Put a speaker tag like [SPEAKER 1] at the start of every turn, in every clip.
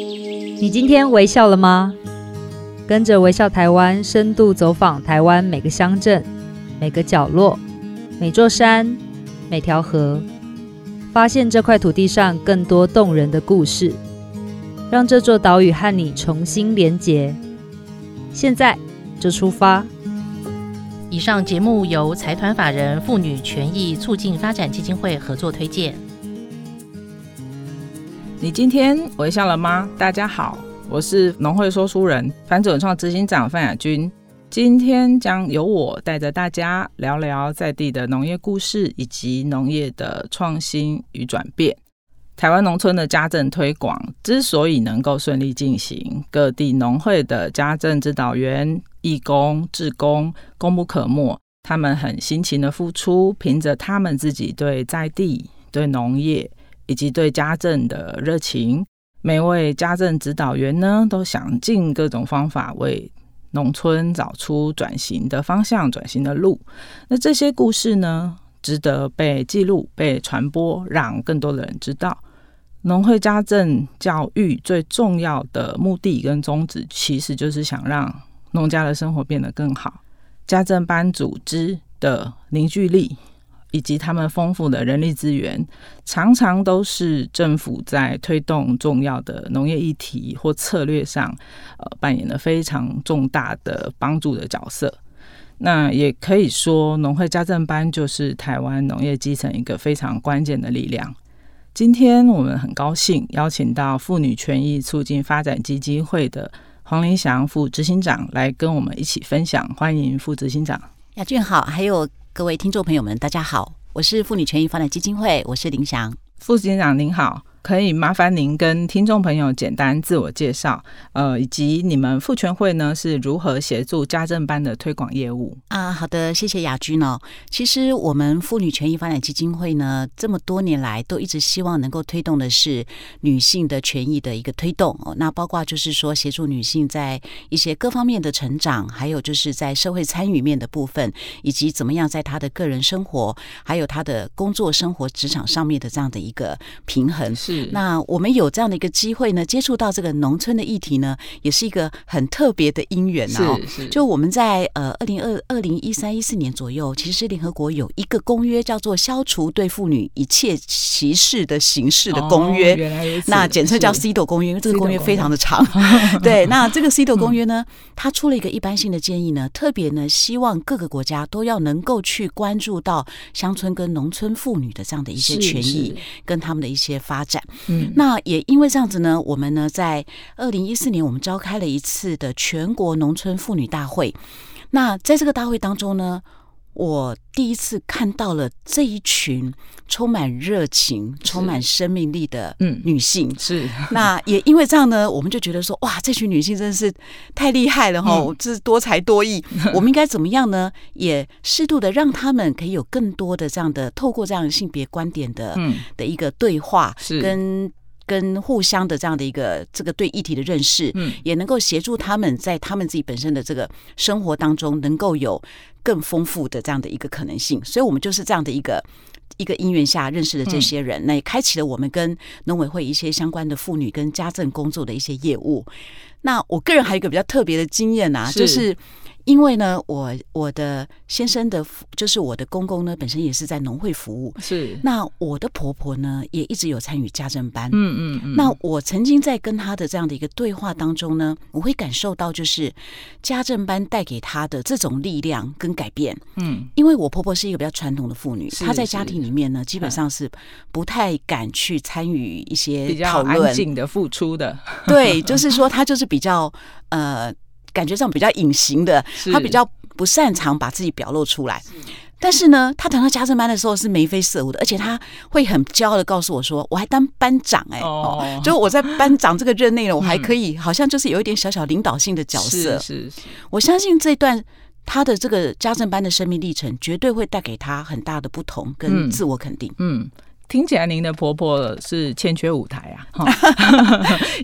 [SPEAKER 1] 你今天微笑了吗？跟着微笑台湾深度走访台湾每个乡镇、每个角落、每座山、每条河，发现这块土地上更多动人的故事，让这座岛屿和你重新连结。现在就出发！
[SPEAKER 2] 以上节目由财团法人妇女权益促进发展基金会合作推荐。
[SPEAKER 3] 你今天微笑了吗？大家好，我是农会说书人反转创执行长范雅君。今天将由我带着大家聊聊在地的农业故事，以及农业的创新与转变。台湾农村的家政推广之所以能够顺利进行，各地农会的家政指导员、义工、志工功不可没。他们很辛勤的付出，凭着他们自己对在地、对农业以及对家政的热情，每位家政指导员呢，都想尽各种方法为农村找出转型的方向、转型的路。那这些故事呢，值得被记录、被传播，让更多的人知道。农会家政教育最重要的目的跟宗旨，其实就是想让农家的生活变得更好。家政班组织的凝聚力，以及他们丰富的人力资源，常常都是政府在推动重要的农业议题或策略上，呃，扮演了非常重大的帮助的角色。那也可以说，农会家政班就是台湾农业基层一个非常关键的力量。今天我们很高兴邀请到妇女权益促进发展基金会的黄林祥副执行长来跟我们一起分享，欢迎副执行长。
[SPEAKER 4] 雅俊好，还有各位听众朋友们，大家好，我是妇女权益发展基金会，我是林翔。
[SPEAKER 3] 副执行长您好，可以麻烦您跟听众朋友简单自我介绍，呃，以及你们妇权会呢是如何协助家政班的推广业务？
[SPEAKER 4] 啊，好的，谢谢雅君哦。其实我们妇女权益发展基金会呢，这么多年来都一直希望能够推动的是女性的权益的一个推动哦。那包括就是说协助女性在一些各方面的成长，还有就是在社会参与面的部分，以及怎么样在她的个人生活，还有她的工作生活、职场上面的这样的一个平衡。
[SPEAKER 3] 是
[SPEAKER 4] 那我们有这样的一个机会呢，接触到这个农村的议题呢，也是一个很特别的因缘哦。
[SPEAKER 3] 是是，
[SPEAKER 4] 就我们在呃二零二二零一三一四年左右，其实联合国有一个公约叫做《消除对妇女一切歧视的形式》的公约，
[SPEAKER 3] 哦原来如此
[SPEAKER 4] 那简称叫
[SPEAKER 3] 是 E
[SPEAKER 4] CEDAW 公约，因为这个
[SPEAKER 3] CEDAW
[SPEAKER 4] 公约非常的长。 对，那这个
[SPEAKER 3] 嗯
[SPEAKER 4] CEDAW 公约呢，它出了一个一般性的建议呢，特别呢希望各个国家都要能够去关注到乡村跟农村妇女的这样的一些
[SPEAKER 3] 是
[SPEAKER 4] 权
[SPEAKER 3] 是
[SPEAKER 4] 益跟他们的一些发展。
[SPEAKER 3] 嗯
[SPEAKER 4] 那也因为这样子呢，我们呢在二零一四年我们召开了一次的全国农村妇女大会。那在这个大会当中呢，我第一次看到了这一群充满热情、充满生命力的
[SPEAKER 3] 嗯
[SPEAKER 4] 女哦性。
[SPEAKER 3] 是
[SPEAKER 4] 那也因为这样呢，我们就觉得说，哇，这群女性真是太厉害了哈
[SPEAKER 3] 嗯，
[SPEAKER 4] 这、是多才多艺。我们应该怎么样呢？也适度的让她们可以有更多的这样的，透过这样性别观点的
[SPEAKER 3] 嗯
[SPEAKER 4] 的一个对话，
[SPEAKER 3] 是
[SPEAKER 4] 跟跟互相的这样的一个这个对议题的认识，
[SPEAKER 3] 嗯
[SPEAKER 4] 也能够协助他们在他们自己本身的这个生活当中，能够有更丰富的这样的一个可能性。所以，我们就是这样的一个。一个因缘下认识的这些
[SPEAKER 3] 嗯
[SPEAKER 4] 人，那也开启了我们跟农委会一些相关的妇女跟家政工作的一些业务。那我个人还有一个比较特别的经验啊，
[SPEAKER 3] 是
[SPEAKER 4] 就是因为呢，我我的先生的父，就是我的公公呢，本身也是在农会服务，
[SPEAKER 3] 是
[SPEAKER 4] 那我的婆婆呢，也一直有参与家政班。
[SPEAKER 3] 嗯嗯嗯
[SPEAKER 4] 那我曾经在跟她的这样的一个对话当中呢，我会感受到就是家政班带给她的这种力量跟改变。
[SPEAKER 3] 嗯
[SPEAKER 4] 因为我婆婆是一个比较传统的妇女，
[SPEAKER 3] 是嗯
[SPEAKER 4] 她在家庭里面呢，基本上是不太敢去参与一些
[SPEAKER 3] 比较
[SPEAKER 4] 讨
[SPEAKER 3] 安
[SPEAKER 4] 论。
[SPEAKER 3] 静的付出的，
[SPEAKER 4] 对，就是说她就是比较呃，感觉上比较隐形的，
[SPEAKER 3] 是
[SPEAKER 4] 她比较不擅长把自己表露出来。但是呢，她谈到家政班的时候是眉飞色舞的，而且她会很骄傲的告诉我说：“我还当班长哎、
[SPEAKER 3] 哦，
[SPEAKER 4] 哦，
[SPEAKER 3] 嗯
[SPEAKER 4] 就我在班长这个任内呢，我还可以、好像就是有一点小小领导性的角
[SPEAKER 3] 是
[SPEAKER 4] 色。
[SPEAKER 3] 是是
[SPEAKER 4] 我相信这段她的这个家政班的生命历程，绝对会带给她很大的不同
[SPEAKER 3] 嗯
[SPEAKER 4] 跟自我肯定。
[SPEAKER 3] 嗯。听起来您的婆婆是欠缺舞台啊，哈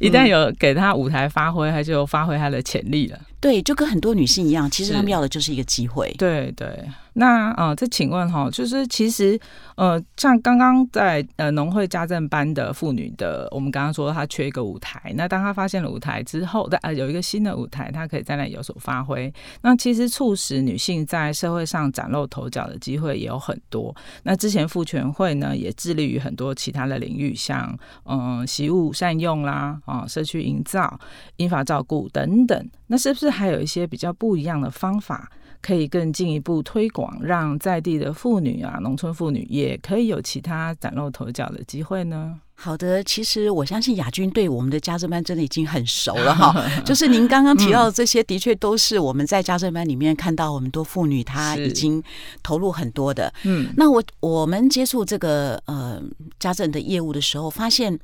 [SPEAKER 3] 一旦有给她舞台发挥，她就发挥她的潜力了。
[SPEAKER 4] 对，就跟很多女性一样，其实
[SPEAKER 3] 是
[SPEAKER 4] 她们要的就是一个机会。
[SPEAKER 3] 对对，那呃，再请问哈，就是其实呃，像刚刚在呃农会家政班的妇女的，我们刚刚说她缺一个舞台，那当她发现了舞台之后，在呃有一个新的舞台，她可以在那里有所发挥。那其实促使女性在社会上崭露头角的机会也有很多。那之前妇权会呢，也致力于很多其他的领域，像嗯、呃、习物善用啦，啊、社区营造、英法照顾等等。那是不是还有一些比较不一样的方法，可以更进一步推广，让在地的妇女啊，农村妇女也可以有其他崭露头角的机会呢？
[SPEAKER 4] 好的，其实我相信雅君对我们的家政班真的已经很熟了哈。 就是您刚刚提到的这些，的确都是我们在家政班里面看到很多妇女她
[SPEAKER 3] 是
[SPEAKER 4] 已经投入很多的。
[SPEAKER 3] 嗯，
[SPEAKER 4] 那我我们接触这个呃家政的业务的时候，发现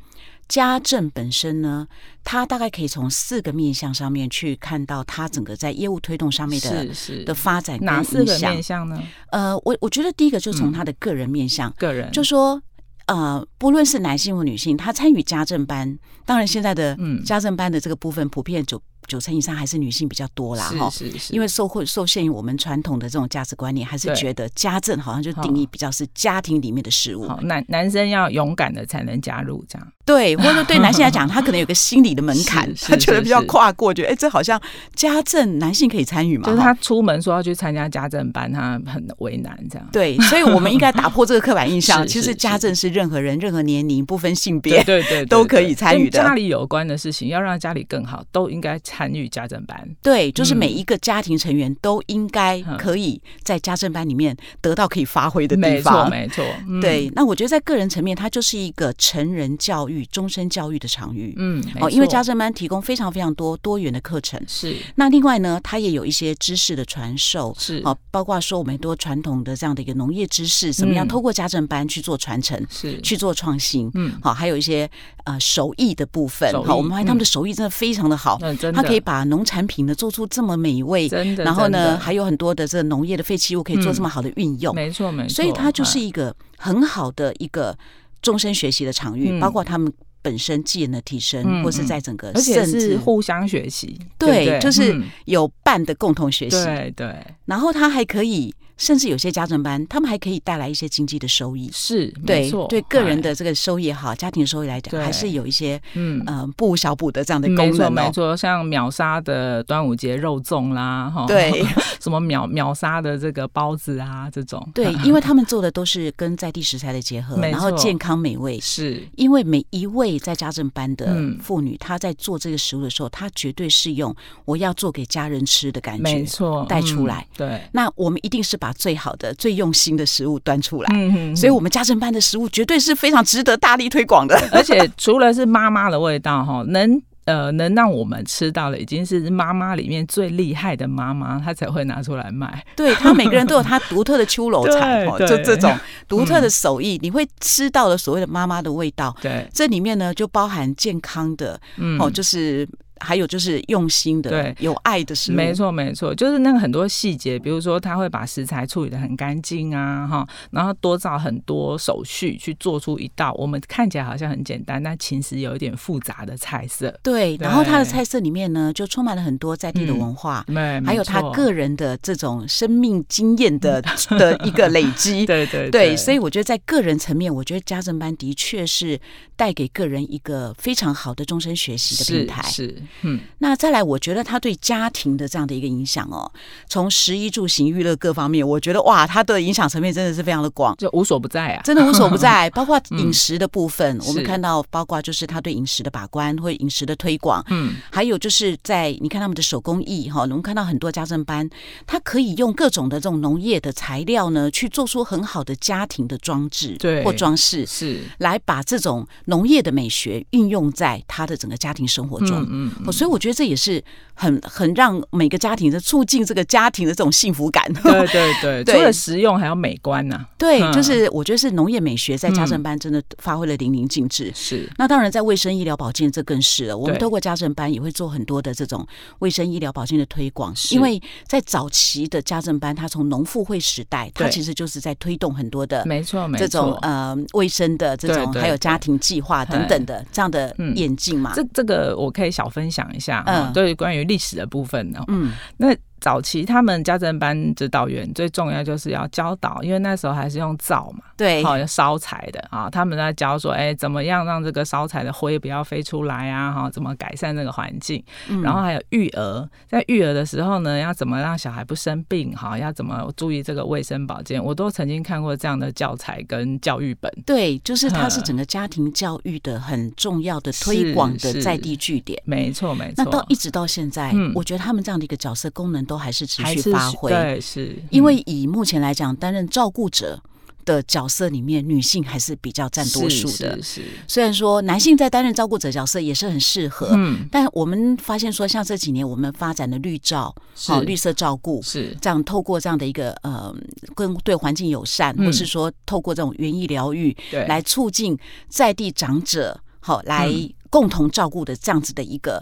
[SPEAKER 4] 家政本身呢，它大概可以从四个面向上面去看到它整个在业务推动上面的
[SPEAKER 3] 是是
[SPEAKER 4] 的发展跟
[SPEAKER 3] 哪四
[SPEAKER 4] 影
[SPEAKER 3] 个
[SPEAKER 4] 响
[SPEAKER 3] 面。向呢？
[SPEAKER 4] 呃，我我觉得第一个就从
[SPEAKER 3] 嗯
[SPEAKER 4] 他的个人面向，
[SPEAKER 3] 个人
[SPEAKER 4] 就是说。呃，不论是男性或女性，他参与家政班，当然现在的
[SPEAKER 3] 嗯
[SPEAKER 4] 家政班的这个部分，普遍九九成以上还是女性比较多啦，哈。
[SPEAKER 3] 是是是，
[SPEAKER 4] 因为受会受限于我们传统的这种价值观念，还是
[SPEAKER 3] 对
[SPEAKER 4] 觉得家政好像就定义比较是家庭里面的事物，
[SPEAKER 3] 好男男生要勇敢的才能加入这样。
[SPEAKER 4] 对，或者说对男性来讲，他可能有个心理的门槛，
[SPEAKER 3] 是是
[SPEAKER 4] 他觉得比较
[SPEAKER 3] 是是
[SPEAKER 4] 跨过，觉得哎，这好像家政男性可以参与嘛，
[SPEAKER 3] 就是
[SPEAKER 4] 哈
[SPEAKER 3] 他出门说要去参加家政班，他很为难这样。
[SPEAKER 4] 对，所以我们应该打破这个刻板印 象。
[SPEAKER 3] 是
[SPEAKER 4] 其
[SPEAKER 3] 是
[SPEAKER 4] 实家政是任何人、任何年龄、不分性
[SPEAKER 3] 对
[SPEAKER 4] 别，
[SPEAKER 3] 对对，对
[SPEAKER 4] 都可
[SPEAKER 3] 对
[SPEAKER 4] 以参与
[SPEAKER 3] 跟
[SPEAKER 4] 的
[SPEAKER 3] 家里有关的事情，要让家里更好，都应该参与家政班。
[SPEAKER 4] 对，就是每
[SPEAKER 3] 嗯
[SPEAKER 4] 一个家庭成员都应该
[SPEAKER 3] 嗯
[SPEAKER 4] 可以在家政班里面得到可以发挥的地
[SPEAKER 3] 没错
[SPEAKER 4] 方。
[SPEAKER 3] 没错，嗯，
[SPEAKER 4] 对，那我觉得在个人层面，它就是一个成人教育、终身教育的场域。
[SPEAKER 3] 嗯，没
[SPEAKER 4] 哦，因为
[SPEAKER 3] 错
[SPEAKER 4] 家政班提供非常非常多多元的课程。
[SPEAKER 3] 是
[SPEAKER 4] 那另外呢，它也有一些知识的传授，
[SPEAKER 3] 是
[SPEAKER 4] 哦，包括说我们很多传统的这样的一个农业知识，怎么样
[SPEAKER 3] 嗯
[SPEAKER 4] 透过家政班去做传承、
[SPEAKER 3] 是
[SPEAKER 4] 去做创新。哦
[SPEAKER 3] 嗯，
[SPEAKER 4] 好，还有一些呃手艺的部分
[SPEAKER 3] 手，艺
[SPEAKER 4] 好，我们发现他们的
[SPEAKER 3] 嗯
[SPEAKER 4] 手艺真的非常的好，
[SPEAKER 3] 那真的
[SPEAKER 4] 他可以把农产品呢做出这么美味，
[SPEAKER 3] 真的，
[SPEAKER 4] 然后
[SPEAKER 3] 真
[SPEAKER 4] 呢
[SPEAKER 3] 的
[SPEAKER 4] 还有很多的这农业的废弃物可以做这么好的运用，
[SPEAKER 3] 没错没错，
[SPEAKER 4] 所以它就是
[SPEAKER 3] 嗯
[SPEAKER 4] 一个很好的一个终身学习的场域，
[SPEAKER 3] 嗯
[SPEAKER 4] 包括他们本身技能的提升，
[SPEAKER 3] 嗯
[SPEAKER 4] 或是在整个
[SPEAKER 3] 而且
[SPEAKER 4] 甚
[SPEAKER 3] 是
[SPEAKER 4] 至
[SPEAKER 3] 互相学习，对
[SPEAKER 4] 对
[SPEAKER 3] 不对，
[SPEAKER 4] 就是
[SPEAKER 3] 嗯
[SPEAKER 4] 有伴的共同学习，
[SPEAKER 3] 对对
[SPEAKER 4] 然后他还可以，甚至有些家政班，他们还可以带来一些经济的收益。
[SPEAKER 3] 是，没
[SPEAKER 4] 对
[SPEAKER 3] 错
[SPEAKER 4] 对，个人
[SPEAKER 3] 哎
[SPEAKER 4] 的这个收益也好，家庭收益来讲，
[SPEAKER 3] 对
[SPEAKER 4] 还是有一些
[SPEAKER 3] 嗯。
[SPEAKER 4] 呃不无小补的这样的
[SPEAKER 3] 没
[SPEAKER 4] 功
[SPEAKER 3] 错，
[SPEAKER 4] 能
[SPEAKER 3] 没
[SPEAKER 4] 哦。
[SPEAKER 3] 错，像秒杀的端午节肉粽啦，哈，
[SPEAKER 4] 对，
[SPEAKER 3] 什么秒秒杀的这个包子啊，这种，
[SPEAKER 4] 对，因为他们做的都是跟在地食材的结合，
[SPEAKER 3] 没
[SPEAKER 4] 然后
[SPEAKER 3] 错
[SPEAKER 4] 健康美味。
[SPEAKER 3] 是
[SPEAKER 4] 因为每一位在家政班的
[SPEAKER 3] 嗯
[SPEAKER 4] 妇女，她在做这个食物的时候，她绝对是用我要做给家人吃的感
[SPEAKER 3] 没
[SPEAKER 4] 觉。
[SPEAKER 3] 错，
[SPEAKER 4] 带
[SPEAKER 3] 嗯
[SPEAKER 4] 出来，
[SPEAKER 3] 对，
[SPEAKER 4] 那我们一定是把最好的、最用心的食物端出来，
[SPEAKER 3] 嗯
[SPEAKER 4] 所以我们家政班的食物绝对是非常值得大力推广的。
[SPEAKER 3] 而且除了是妈妈的味道哈，能呃能让我们吃到的，已经是妈妈里面最厉害的妈妈，她才会拿出来卖。
[SPEAKER 4] 对他每个人都有他独特的秋楼菜
[SPEAKER 3] 对
[SPEAKER 4] 哦，
[SPEAKER 3] 对嗯
[SPEAKER 4] 就这种独特的手艺，你会吃到的所谓的妈妈的味道。
[SPEAKER 3] 对，
[SPEAKER 4] 这里面呢，就包含健康的
[SPEAKER 3] 嗯
[SPEAKER 4] 哦，就是还有就是用心的
[SPEAKER 3] 对、
[SPEAKER 4] 有爱的食物。
[SPEAKER 3] 没错，没错，就是那个很多细节，比如说他会把食材处理的很干净啊，哈，然后多找很多手续去做出一道我们看起来好像很简单，但其实有一点复杂的菜色。
[SPEAKER 4] 对，然后
[SPEAKER 3] 对
[SPEAKER 4] 他的菜色里面呢，就充满了很多在地的
[SPEAKER 3] 嗯
[SPEAKER 4] 文化，
[SPEAKER 3] 没，
[SPEAKER 4] 还有
[SPEAKER 3] 没
[SPEAKER 4] 他
[SPEAKER 3] 错嗯
[SPEAKER 4] 个人的这种生命经验的 的一个累 积。
[SPEAKER 3] 对对
[SPEAKER 4] 对，所以我觉得在个人层面，我觉得家政班的确是带给个人一个非常好的终身学习的平
[SPEAKER 3] 是
[SPEAKER 4] 台。
[SPEAKER 3] 是，嗯，
[SPEAKER 4] 那再来，我觉得他对家庭的这样的一个影响哦，从食衣住行、娱乐各方面，我觉得哇，它的影响层面真的是非常的广。
[SPEAKER 3] 就无所不在啊。
[SPEAKER 4] 真的无所不在， 包括饮食的部分，我
[SPEAKER 3] 嗯
[SPEAKER 4] 们
[SPEAKER 3] 是
[SPEAKER 4] 看到包括就是他对饮食的把关，或饮食的推广，
[SPEAKER 3] 嗯，
[SPEAKER 4] 还有就是在你看他们的手工艺哈，我们看到很多家政班，它可以用各种的这种农业的材料呢，去做出很好的家庭的装置
[SPEAKER 3] 对
[SPEAKER 4] 或装饰，
[SPEAKER 3] 是，
[SPEAKER 4] 来把这种农业的美学运用在他的整个家庭生活中。
[SPEAKER 3] 嗯嗯
[SPEAKER 4] 哦，所以我觉得这也是很很让每个家庭的促进这个家庭的这种幸福感。
[SPEAKER 3] 对对
[SPEAKER 4] 对
[SPEAKER 3] 对，除了实用还有美观呐、
[SPEAKER 4] 对
[SPEAKER 3] 嗯
[SPEAKER 4] 就是我觉得是农业美学在家政班真的发挥了淋漓尽致。
[SPEAKER 3] 是
[SPEAKER 4] 那当然，在卫生医疗保健这更是了。我们
[SPEAKER 3] 对
[SPEAKER 4] 透过家政班也会做很多的这种卫生医疗保健的推广，
[SPEAKER 3] 是
[SPEAKER 4] 因为在早期的家政班，它从农妇会时代，它
[SPEAKER 3] 对
[SPEAKER 4] 其实就是在推动很多的
[SPEAKER 3] 没错没错。
[SPEAKER 4] 这种呃卫生的这种，
[SPEAKER 3] 对对
[SPEAKER 4] 还有家庭计划等等的这样的
[SPEAKER 3] 嗯
[SPEAKER 4] 演进嘛。
[SPEAKER 3] 这这个我可以小分享一下
[SPEAKER 4] 嗯
[SPEAKER 3] 啊、对于关于历史的部分哦。
[SPEAKER 4] 嗯，
[SPEAKER 3] 那早期他们家政班指导员最重要就是要教导，因为那时候还是用灶嘛，
[SPEAKER 4] 对，
[SPEAKER 3] 好、烧柴的啊，他们在教说，哎、怎么样让这个烧柴的灰不要飞出来啊，哈、怎么改善这个环境，
[SPEAKER 4] 嗯
[SPEAKER 3] 然后还有育儿，在育儿的时候呢，要怎么让小孩不生病，哈、要怎么注意这个卫生保健，我都曾经看过这样的教材跟教育本。
[SPEAKER 4] 对，就是它
[SPEAKER 3] 嗯
[SPEAKER 4] 是整个家庭教育的很重要的推广的
[SPEAKER 3] 是
[SPEAKER 4] 在地据点。
[SPEAKER 3] 没错，没
[SPEAKER 4] 那
[SPEAKER 3] 错，
[SPEAKER 4] 到一直到现在，
[SPEAKER 3] 嗯
[SPEAKER 4] 我觉得他们这样的一个角色功能都还是持
[SPEAKER 3] 还
[SPEAKER 4] 续
[SPEAKER 3] 是
[SPEAKER 4] 发挥，
[SPEAKER 3] 对，是
[SPEAKER 4] 因
[SPEAKER 3] 嗯
[SPEAKER 4] 为以目前来讲，担任照顾者的角色里面，女性还是比较占多
[SPEAKER 3] 是
[SPEAKER 4] 数的。
[SPEAKER 3] 是是
[SPEAKER 4] 虽然说男性在担任照顾者角色也是很适合，
[SPEAKER 3] 嗯，
[SPEAKER 4] 但我们发现说，像这几年我们发展的绿照，
[SPEAKER 3] 是
[SPEAKER 4] 好绿色照顾，
[SPEAKER 3] 是
[SPEAKER 4] 这样透过这样的一个呃，更对环境友善，
[SPEAKER 3] 嗯
[SPEAKER 4] 或是说透过这种园艺疗愈，
[SPEAKER 3] 对
[SPEAKER 4] 来促进在地长者好来
[SPEAKER 3] 嗯
[SPEAKER 4] 共同照顾的这样子的一个。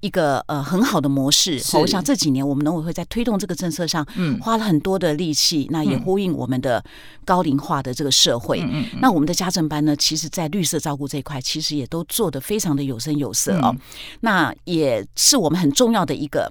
[SPEAKER 4] 一个呃很好的模式，
[SPEAKER 3] 是
[SPEAKER 4] 好我想这几年我们农委会在推动这个政策上
[SPEAKER 3] 嗯
[SPEAKER 4] 花了很多的力气，那也
[SPEAKER 3] 嗯
[SPEAKER 4] 呼应我们的高龄化的这个社会。
[SPEAKER 3] 嗯嗯
[SPEAKER 4] 那我们的家政班呢，其实在绿色照顾这一块，其实也都做得非常的有声有色哦。
[SPEAKER 3] 嗯
[SPEAKER 4] 那也是我们很重要的一个，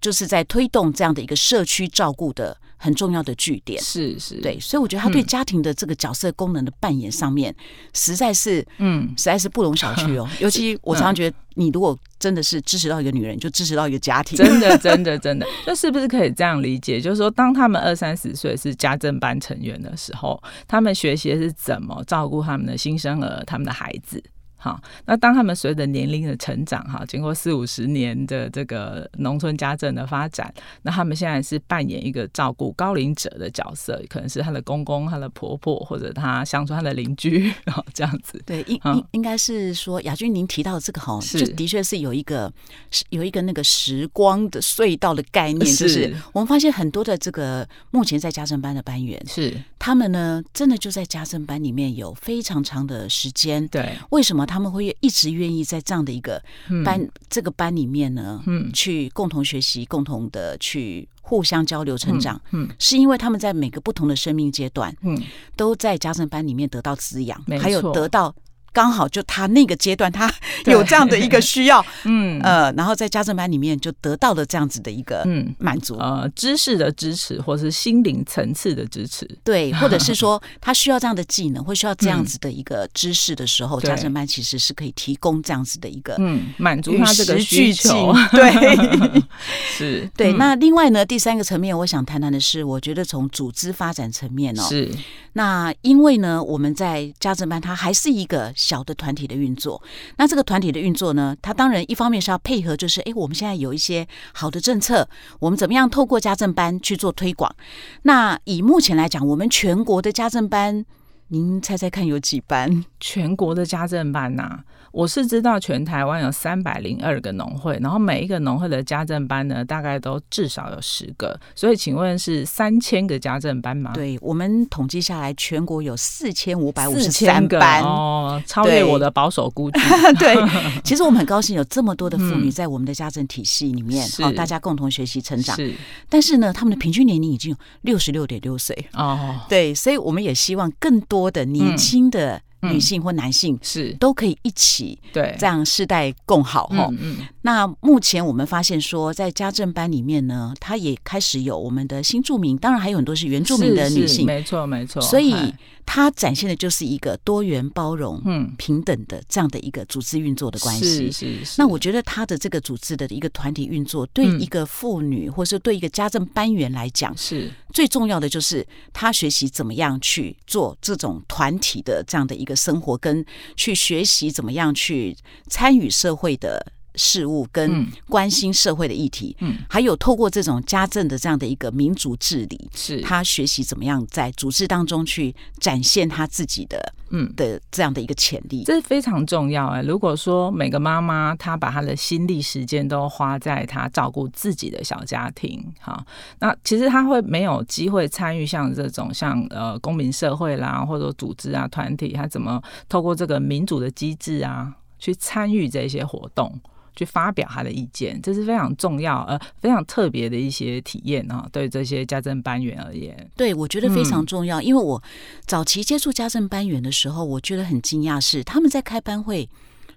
[SPEAKER 4] 就是在推动这样的一个社区照顾的很重要的据点。
[SPEAKER 3] 是是，
[SPEAKER 4] 对，，所以我觉得他对
[SPEAKER 3] 嗯
[SPEAKER 4] 家庭的这个角色功能的扮演上面，实在是
[SPEAKER 3] 嗯，
[SPEAKER 4] 实在是不容小觑 哦。尤其我常常觉得，你如果真的是支持到一个女人，就支持到一个家 庭。
[SPEAKER 3] 真的真的真的，就是不是可以这样理解？就是说，当他们二三十岁是家政班成员的时候，他们学习的是怎么照顾他们的新生儿、他们的孩子。好，那当他们随着年龄的成长，哈，经过四五十年的这个农村家政的发展，那他们现在是扮演一个照顾高龄者的角色，可能是他的公公、他的婆婆，或者他乡村他的邻居， 然后这样子。
[SPEAKER 4] 对，应
[SPEAKER 3] 嗯
[SPEAKER 4] 应应该是说，雅君您提到这个哈，
[SPEAKER 3] 是
[SPEAKER 4] 就的确是有一个是有一个那个时光的隧道的概念，
[SPEAKER 3] 是
[SPEAKER 4] 就是我们发现很多的这个目前在家政班的班员，
[SPEAKER 3] 是，
[SPEAKER 4] 他们呢真的就在家政班里面有非常长的时间。
[SPEAKER 3] 对，
[SPEAKER 4] 为什么他们会一直愿意在这样的一个
[SPEAKER 3] 嗯
[SPEAKER 4] 班、，这个班里面呢？
[SPEAKER 3] 嗯，
[SPEAKER 4] 去共同学习，共同的去互相交流成长，
[SPEAKER 3] 嗯，
[SPEAKER 4] 是因为他们在每个不同的生命阶段，
[SPEAKER 3] 嗯嗯，
[SPEAKER 4] 都在家政班里面得到滋养
[SPEAKER 3] 没，错
[SPEAKER 4] 还有得到刚好就他那个阶段他
[SPEAKER 3] 对
[SPEAKER 4] 有这样的一个需要，
[SPEAKER 3] 嗯，
[SPEAKER 4] 呃，然后在家政班里面就得到了这样子的一个
[SPEAKER 3] 嗯。
[SPEAKER 4] 满足，
[SPEAKER 3] 呃知识的支持，或是心灵层次的支持。
[SPEAKER 4] 对，或者是说他需要这样的技能，或需要这样
[SPEAKER 3] 嗯
[SPEAKER 4] 子的一个知识的时候，
[SPEAKER 3] 对
[SPEAKER 4] 家政班其实是可以提供这样子的一个
[SPEAKER 3] 嗯，满足嗯
[SPEAKER 4] 与
[SPEAKER 3] 他这
[SPEAKER 4] 时
[SPEAKER 3] 个需
[SPEAKER 4] 俱进，
[SPEAKER 3] 求，
[SPEAKER 4] 对。
[SPEAKER 3] 是
[SPEAKER 4] 对，
[SPEAKER 3] 嗯
[SPEAKER 4] 那另外呢，第三个层面，我想谈谈的是，我觉得从组织发展层面哦，
[SPEAKER 3] 嗯是
[SPEAKER 4] 那因为呢，我们在家政班，它还是一个小的团体的运作。那这个团体的运作呢，它当然一方面是要配合，就是诶，我们现在有一些好的政策，我们怎么样透过家政班去做推广？那以目前来讲，我们全国的家政班，您猜猜看有几班？
[SPEAKER 3] 全国的家政班呐、我是知道全台湾有三百零二个农会，然后每一个农会的家政班呢，大概都至少有十个，所以请问是三千个家政班吗？，
[SPEAKER 4] 对我们统计下来，全国有四千五百五
[SPEAKER 3] 四
[SPEAKER 4] 十
[SPEAKER 3] 千
[SPEAKER 4] 三
[SPEAKER 3] 个
[SPEAKER 4] 班。
[SPEAKER 3] 哦，超越
[SPEAKER 4] 对
[SPEAKER 3] 我的保守估计。
[SPEAKER 4] 对，其实我们很高兴有这么多的妇女
[SPEAKER 3] 嗯
[SPEAKER 4] 在我们的家政体系里面，
[SPEAKER 3] 是
[SPEAKER 4] 哦，大家共同学习成长。
[SPEAKER 3] 是
[SPEAKER 4] 但是呢，他
[SPEAKER 3] 嗯
[SPEAKER 4] 们的平均年龄已经有六十六点六岁。
[SPEAKER 3] 哦，
[SPEAKER 4] 对，所以我们也希望更多的年轻的
[SPEAKER 3] 嗯
[SPEAKER 4] 女性或男性
[SPEAKER 3] 是
[SPEAKER 4] 都可以一起
[SPEAKER 3] 对，
[SPEAKER 4] 这样世代共好哈、
[SPEAKER 3] 嗯嗯
[SPEAKER 4] 那目前我们发现说，在家政班里面呢，它也开始有我们的新住民，当然还有很多是原住民的
[SPEAKER 3] 是
[SPEAKER 4] 女
[SPEAKER 3] 是
[SPEAKER 4] 性，
[SPEAKER 3] 没错没错。
[SPEAKER 4] 所以
[SPEAKER 3] 嗨
[SPEAKER 4] 它展现的就是一个多元包容、
[SPEAKER 3] 嗯，
[SPEAKER 4] 平等的这样的一个组织运作的关系。
[SPEAKER 3] 是是是。
[SPEAKER 4] 那我觉得他的这个组织的一个团体运作，对
[SPEAKER 3] 嗯
[SPEAKER 4] 一个妇女或是对一个家政班员来讲，
[SPEAKER 3] 是
[SPEAKER 4] 最重要的就是他学习怎么样去做这种团体的这样的一个生活，跟去学习怎么样去参与社会的事务，跟
[SPEAKER 3] 嗯
[SPEAKER 4] 关心社会的议题，
[SPEAKER 3] 嗯，
[SPEAKER 4] 还有透过这种家政的这样的一个民主治理，
[SPEAKER 3] 是
[SPEAKER 4] 他学习怎么样在组织当中去展现他自己的
[SPEAKER 3] 嗯。
[SPEAKER 4] 的这样的一个潜力。
[SPEAKER 3] 这非常重要哎、如果说每个妈妈她把她的心力时间都花在她照顾自己的小家庭，哈，那其实她会没有机会参与像这种像呃公民社会啦，或者组织啊团体，她怎么透过这个民主的机制啊，去参与这些活动。去发表她的意见，这是非常重要呃非常特别的一些体验啊，对这些家政班员而言，
[SPEAKER 4] 对，我觉得非常
[SPEAKER 3] 嗯
[SPEAKER 4] 重要，因为我早期接触家政班员的时候，我觉得很惊讶是他们在开班会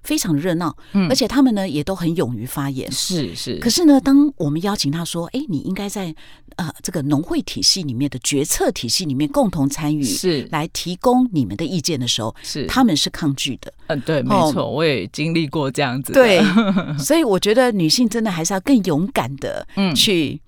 [SPEAKER 4] 非常热闹，
[SPEAKER 3] 嗯
[SPEAKER 4] 而且他们呢也都很勇于发言。
[SPEAKER 3] 是是，
[SPEAKER 4] 可是呢，当我们邀请他说：“哎，你应该在呃这个农会体系里面的决策体系里面共同参与，
[SPEAKER 3] 是
[SPEAKER 4] 来提供你们的意见的时候，
[SPEAKER 3] 是，
[SPEAKER 4] 他们是抗拒的。
[SPEAKER 3] 嗯对，没
[SPEAKER 4] 哦
[SPEAKER 3] 错，我也经历过这样子，，
[SPEAKER 4] 对， 所以我觉得女性真的还是要更勇敢的
[SPEAKER 3] 嗯
[SPEAKER 4] 去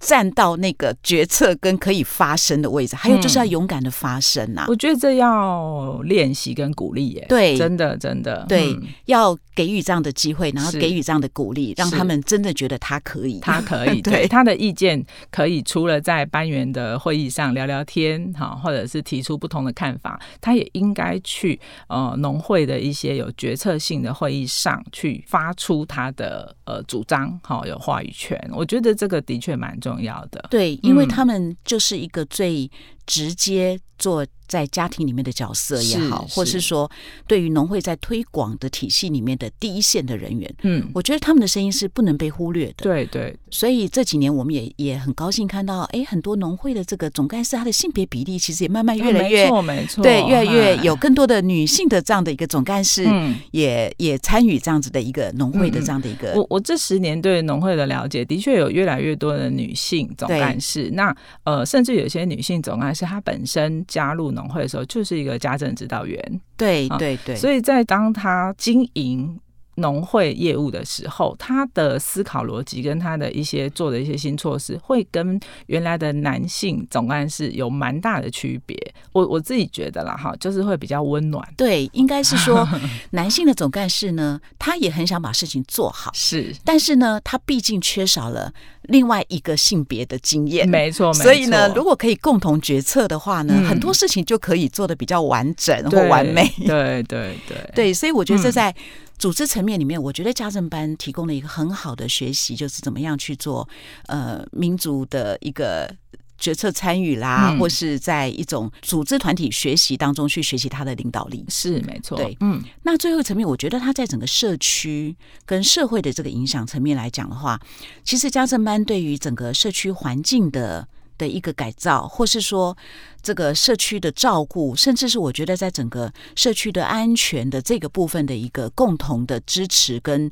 [SPEAKER 4] 站到那个决策跟可以发声的位置，还有
[SPEAKER 3] 嗯
[SPEAKER 4] 就是要勇敢的发声啊，
[SPEAKER 3] 我觉得这要练习跟鼓励耶，
[SPEAKER 4] 对
[SPEAKER 3] 真的真的，
[SPEAKER 4] 对
[SPEAKER 3] 嗯
[SPEAKER 4] 要给予这样的机会，然后
[SPEAKER 3] 是
[SPEAKER 4] 给予这样的鼓励，让
[SPEAKER 3] 是
[SPEAKER 4] 他们真的觉得他可以。
[SPEAKER 3] 他可 以
[SPEAKER 4] 对
[SPEAKER 3] 对他的意见可以除了在班员的会议上聊聊天，哈，或者是提出不同的看法，他也应该去呃农会的一些有决策性的会议上去发出他的呃主张，好有话语权。我觉得这个的确蛮重要的。
[SPEAKER 4] 对，因为
[SPEAKER 3] 嗯
[SPEAKER 4] 他们就是一个最直接做在家庭里面的角色也
[SPEAKER 3] 是
[SPEAKER 4] 好，或是
[SPEAKER 3] 是
[SPEAKER 4] 说对于农会在推广的体系里面的第一线的人员，
[SPEAKER 3] 嗯，
[SPEAKER 4] 我觉得他们的声音是不能被忽略的。
[SPEAKER 3] 对对
[SPEAKER 4] 所以这几年我们也也很高兴看到，哎，很多农会的这个总干事，他的性别比例其实也慢慢越来
[SPEAKER 3] 嗯
[SPEAKER 4] 越
[SPEAKER 3] 没错没错，
[SPEAKER 4] 对，越来越
[SPEAKER 3] 哈
[SPEAKER 4] 有更多的女性的这样的一个总干事，
[SPEAKER 3] 嗯。
[SPEAKER 4] 也也参与这样子的一个农会的这样的一个，
[SPEAKER 3] 我我这十年对农会的了解，的确有越来越多的女性总干事。那呃，甚至有些女性总干事，她本身加入农会的时候就是一个家政指导员，
[SPEAKER 4] 对
[SPEAKER 3] 啊
[SPEAKER 4] 对对，
[SPEAKER 3] 所以在当她经营。农会业务的时候，她的思考逻辑跟她的一些做的一些新措施，会跟原来的男性总干事有蛮大的区别。我我自己觉得啦，哈，就是会比较温暖，
[SPEAKER 4] 对，应该 是说男性的总干事呢，他也很想把事情做好，
[SPEAKER 3] 是
[SPEAKER 4] 但是呢，他毕竟缺少了另外一个性别的经验，
[SPEAKER 3] 没错，没错。
[SPEAKER 4] 所以呢，如果可以共同决策的话呢，
[SPEAKER 3] 嗯
[SPEAKER 4] 很多事情就可以做得比较完整或
[SPEAKER 3] 对
[SPEAKER 4] 完美。
[SPEAKER 3] 对对对
[SPEAKER 4] 对，所以我觉得这
[SPEAKER 3] 嗯
[SPEAKER 4] 在组织层面里面，我觉得家政班提供了一个很好的学习，就是怎么样去做呃民族的一个。决策参与啦，
[SPEAKER 3] 嗯
[SPEAKER 4] 或是在一种组织团体学习当中去学习他的领导力。
[SPEAKER 3] 是没错，
[SPEAKER 4] 对
[SPEAKER 3] 嗯，
[SPEAKER 4] 那最后一层面，我觉得他在整个社区跟社会的这个影响层面来讲的话，其实家政班对于整个社区环境的的一个改造，或是说这个社区的照顾，甚至是我觉得在整个社区的安全的这个部分的一个共同的支持跟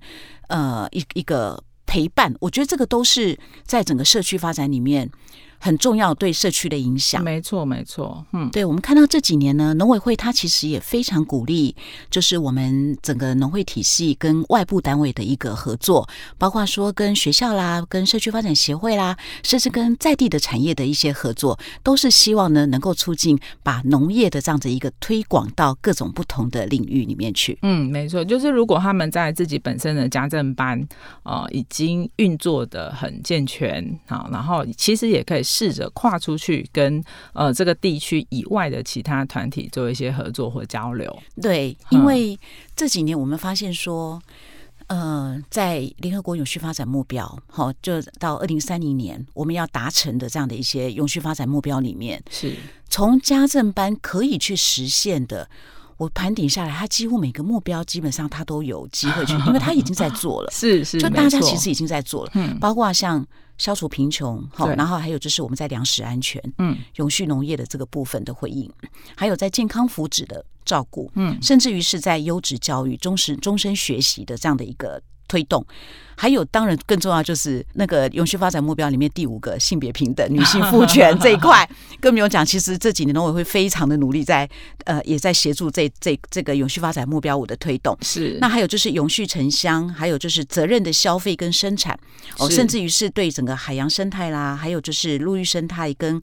[SPEAKER 4] 呃一一个陪伴，我觉得这个都是在整个社区发展里面很重要对社区的影响。
[SPEAKER 3] 没错没错，嗯，
[SPEAKER 4] 对，我们看到这几年呢，农委会它其实也非常鼓励，就是我们整个农会体系跟外部单位的一个合作，包括说跟学校啦、跟社区发展协会啦，甚至跟在地的产业的一些合作，都是希望呢能够促进把农业的这样子一个推广到各种不同的领域里面去。
[SPEAKER 3] 嗯，没错，就是如果他们在自己本身的家政班，呃，已经运作的很健全，好，然后其实也可以试着跨出去跟呃这个地区以外的其他团体做一些合作或交流，
[SPEAKER 4] 对，因
[SPEAKER 3] 嗯
[SPEAKER 4] 为这几年我们发现说，呃，在联合国永续发展目标，好、就到二零三零年我们要达成的这样的一些永续发展目标里面，
[SPEAKER 3] 是
[SPEAKER 4] 从家政班可以去实现的。我盘点下来，它几乎每个目标基本上它都有机会 去，因为它已经在做了，
[SPEAKER 3] 是是，
[SPEAKER 4] 就
[SPEAKER 3] 没
[SPEAKER 4] 大家
[SPEAKER 3] 错
[SPEAKER 4] 其实已经在做了，
[SPEAKER 3] 嗯
[SPEAKER 4] 包括像消除贫穷，好，
[SPEAKER 3] 对
[SPEAKER 4] 然后还有就是我们在粮食安全、
[SPEAKER 3] 嗯
[SPEAKER 4] 永续农业的这个部分的回应，还有在健康福祉的照顾，
[SPEAKER 3] 嗯
[SPEAKER 4] 甚至于是在优质教育、终身终身学习的这样的一个推动。还有，当然更重要就是那个永续发展目标里面第五个性别平等、女性赋权这一块， 更不用讲。其实这几年农委会非常的努力在，呃，也在协助这这这个永续发展目标五的推动。
[SPEAKER 3] 是
[SPEAKER 4] 那还有就是永续城乡，还有就是责任的消费跟生产，哦，
[SPEAKER 3] 是
[SPEAKER 4] 甚至于是对整个海洋生态啦，还有就是陆域生态跟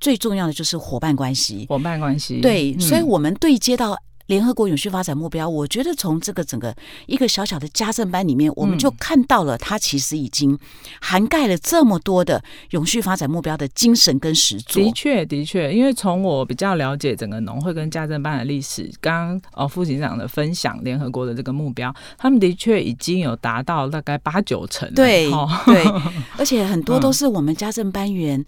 [SPEAKER 4] 最重要的就是伙伴关系，
[SPEAKER 3] 伙伴关系，
[SPEAKER 4] 对，
[SPEAKER 3] 嗯
[SPEAKER 4] 所以我们对接到联合国永续发展目标，我觉得从这个整个一个小小的家政班里面，我们
[SPEAKER 3] 嗯
[SPEAKER 4] 就看到了它其实已经涵盖了这么多的永续发展目标的精神跟实作
[SPEAKER 3] 的。确，的确，因为从我比较了解整个农会跟家政办的历史，刚刚呃副警长的分享，联合国的这个目标，他们的确已经有达到大概八九成了。
[SPEAKER 4] 对
[SPEAKER 3] 哦、
[SPEAKER 4] 对， 而且很
[SPEAKER 3] 嗯
[SPEAKER 4] 多都是我们家政班员，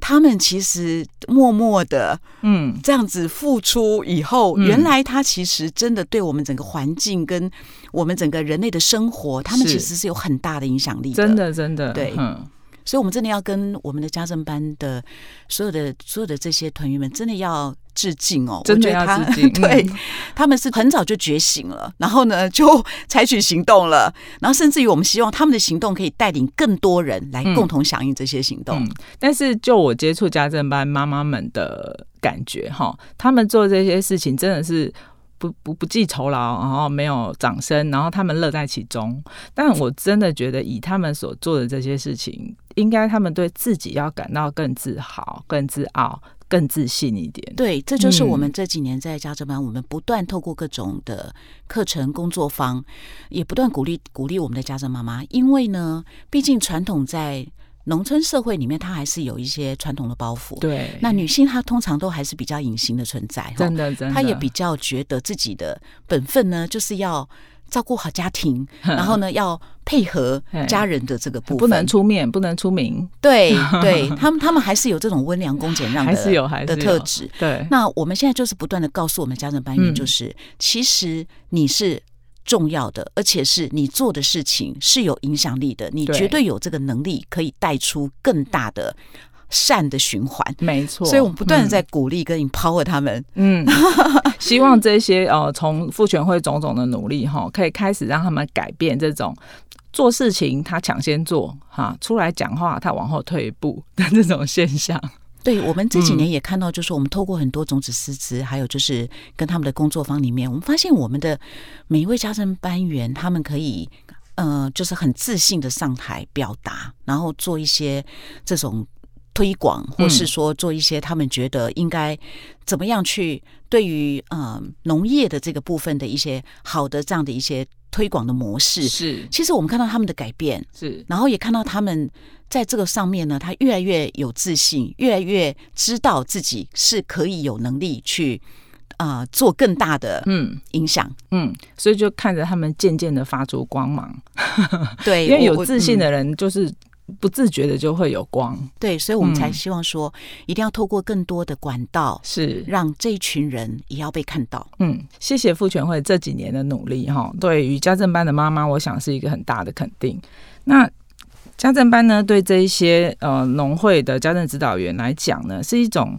[SPEAKER 4] 他们其实默默的
[SPEAKER 3] 嗯，
[SPEAKER 4] 这样子付出以后，
[SPEAKER 3] 嗯
[SPEAKER 4] 原来他其实真的对我们整个环境跟我们整个人类的生活，他们
[SPEAKER 3] 是
[SPEAKER 4] 其实是有很大的影响力
[SPEAKER 3] 真的，真的，
[SPEAKER 4] 对
[SPEAKER 3] 嗯，
[SPEAKER 4] 所以我们真的要跟我们的家政班的所有的所有的这些团员们，真的要致敬哦！
[SPEAKER 3] 真的
[SPEAKER 4] 我觉得
[SPEAKER 3] 要
[SPEAKER 4] 他
[SPEAKER 3] 致 敬
[SPEAKER 4] 对
[SPEAKER 3] 嗯
[SPEAKER 4] 他们是很早就觉醒了，然后呢就采取行动了，然后甚至于我们希望他们的行动可以带领更多人来
[SPEAKER 3] 嗯
[SPEAKER 4] 共同响应这些行动。
[SPEAKER 3] 嗯但是就我接触家政班妈妈们的感觉哈，他们做这些事情真的是。不不不计酬劳，然后没有掌声，然后他们乐在其中。但我真的觉得，以他们所做的这些事情，应该他们对自己要感到更自豪、更自傲、更自信一点。
[SPEAKER 4] 对，这就是我们
[SPEAKER 3] 嗯
[SPEAKER 4] 这几年在家政班，我们不断透过各种的课程、工作坊，也不断鼓励鼓励我们的家政妈妈，因为呢，毕竟传统在农村社会里面，它还是有一些传统的包袱。
[SPEAKER 3] 对，
[SPEAKER 4] 那女性她通常都还是比较隐形的存在，
[SPEAKER 3] 真的真的，
[SPEAKER 4] 她也比较觉得自己的本分呢，就是要照顾好家庭， 然后呢，要配合
[SPEAKER 3] 嘿
[SPEAKER 4] 家人的这个部分，
[SPEAKER 3] 不能出面，不能出名，
[SPEAKER 4] 对对， 他们他们还是有这种温良恭俭让的，
[SPEAKER 3] 还是有还是
[SPEAKER 4] 的
[SPEAKER 3] 有
[SPEAKER 4] 特质。
[SPEAKER 3] 对，
[SPEAKER 4] 那我们现在就是不断的告诉我们家政班员，
[SPEAKER 3] 嗯
[SPEAKER 4] 就是、其实你是重要的，而且是你做的事情是有影响力的，你
[SPEAKER 3] 对
[SPEAKER 4] 绝对有这个能力可以带出更大的善的循环。
[SPEAKER 3] 没错。
[SPEAKER 4] 所以，我们不断
[SPEAKER 3] 嗯
[SPEAKER 4] 的在鼓励跟 empower 他们。
[SPEAKER 3] 嗯，希望这些呃，从父权会种种的努力哈，可以开始让他们改变这种做事情他抢先做哈，出来讲话他往后退一步 的这种现象。
[SPEAKER 4] 对我们这几
[SPEAKER 3] 嗯
[SPEAKER 4] 年也看到，就是我们透过很多种子师资，还有就是跟他们的工作坊里面，我们发现我们的每一位家政班员，他们可以。呃，就是很自信的上台表达，然后做一些这种推广，或是说做一些他们觉得应该怎么样去对于呃农业的这个部分的一些好的这样的一些推广的模式。
[SPEAKER 3] 是
[SPEAKER 4] 其实我们看到他们的改变，
[SPEAKER 3] 是，
[SPEAKER 4] 然后也看到他们在这个上面呢，他越来越有自信，越来越知道自己是可以有能力去啊、呃做更大的
[SPEAKER 3] 嗯
[SPEAKER 4] 影响。
[SPEAKER 3] 嗯，所以就看着他们渐渐的发出光芒，
[SPEAKER 4] 对，
[SPEAKER 3] 因为
[SPEAKER 4] 我
[SPEAKER 3] 有
[SPEAKER 4] 我
[SPEAKER 3] 自信
[SPEAKER 4] 嗯
[SPEAKER 3] 的人就是不自觉的就会有光，
[SPEAKER 4] 对，所以我们才
[SPEAKER 3] 嗯
[SPEAKER 4] 希望说，一定要透过更多的管道，
[SPEAKER 3] 是
[SPEAKER 4] 让这一群人也要被看到。
[SPEAKER 3] 嗯，谢谢妇权会这几年的努力哈，对于家政班的妈妈，我想是一个很大的肯定。那家政班呢，对这一些呃农会的家政指导员来讲呢，是一种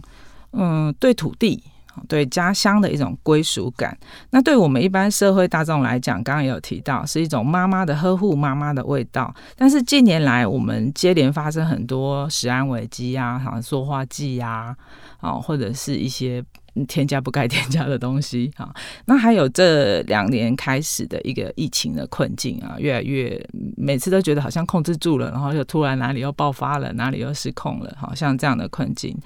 [SPEAKER 3] 嗯、对土地、对家乡的一种归属感。那对我们一般社会大众来讲，刚刚也有提到，是一种妈妈的呵护、妈妈的味道。但是近年来，我们接连发生很多食安危机啊，好像塑化剂啊，啊，或者是一些嗯添加不该添加的东西 啊。那还有这两年开始的一个疫情的困境啊，越来越嗯每次都觉得好像控制住了，然后又突然哪里又爆发了，哪里又失控了，好像这样的困境。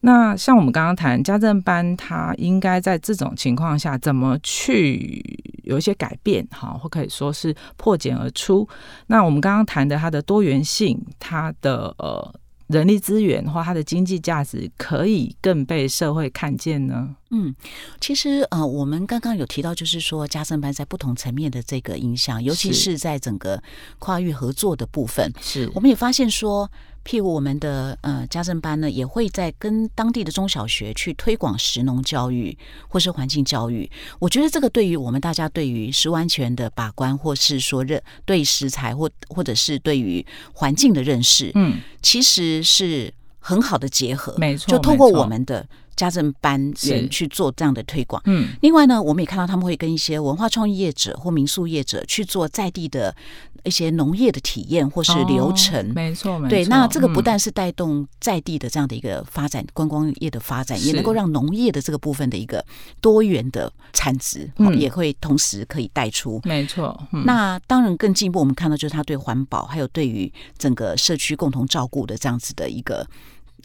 [SPEAKER 3] 那像我们刚刚谈家政班，它应该在这种情况下怎么去有一些改变，哈，或可以说是破茧而出。那我们刚刚谈的它的多元性，它的呃人力资源或它的经济价值可以更被社会看见呢？
[SPEAKER 4] 嗯，其实呃，我们刚刚有提到，就是说家政班在不同层面的这个影响，尤其
[SPEAKER 3] 是
[SPEAKER 4] 是在整个跨域合作的部分。
[SPEAKER 3] 是
[SPEAKER 4] 我们也发现说，譬如我们的呃家政班呢，也会在跟当地的中小学去推广食农教育或是环境教育。我觉得这个对于我们大家对于食物安全的把关，或是说认对食材或或者是对于环境的认识，
[SPEAKER 3] 嗯，
[SPEAKER 4] 其实是很好的结合。
[SPEAKER 3] 没错，
[SPEAKER 4] 就透过
[SPEAKER 3] 没错
[SPEAKER 4] 我，们的家政班
[SPEAKER 3] 是
[SPEAKER 4] 员去做这样的推广。
[SPEAKER 3] 嗯，
[SPEAKER 4] 另外呢，我们也看到他们会跟一些文化创意业者或民宿业者去做在地的一些农业的体验或是流程。
[SPEAKER 3] 哦没错，没错。
[SPEAKER 4] 对，那这个不
[SPEAKER 3] 嗯
[SPEAKER 4] 但是带动在地的这样的一个发展，观光业的发展，也
[SPEAKER 3] 是
[SPEAKER 4] 能够让农业的这个部分的一个多元的产值，哦
[SPEAKER 3] 嗯
[SPEAKER 4] 也会同时可以带出。
[SPEAKER 3] 没错，嗯
[SPEAKER 4] 那当然更进一步，我们看到就是它对环保，还有对于整个社区共同照顾的这样子的一个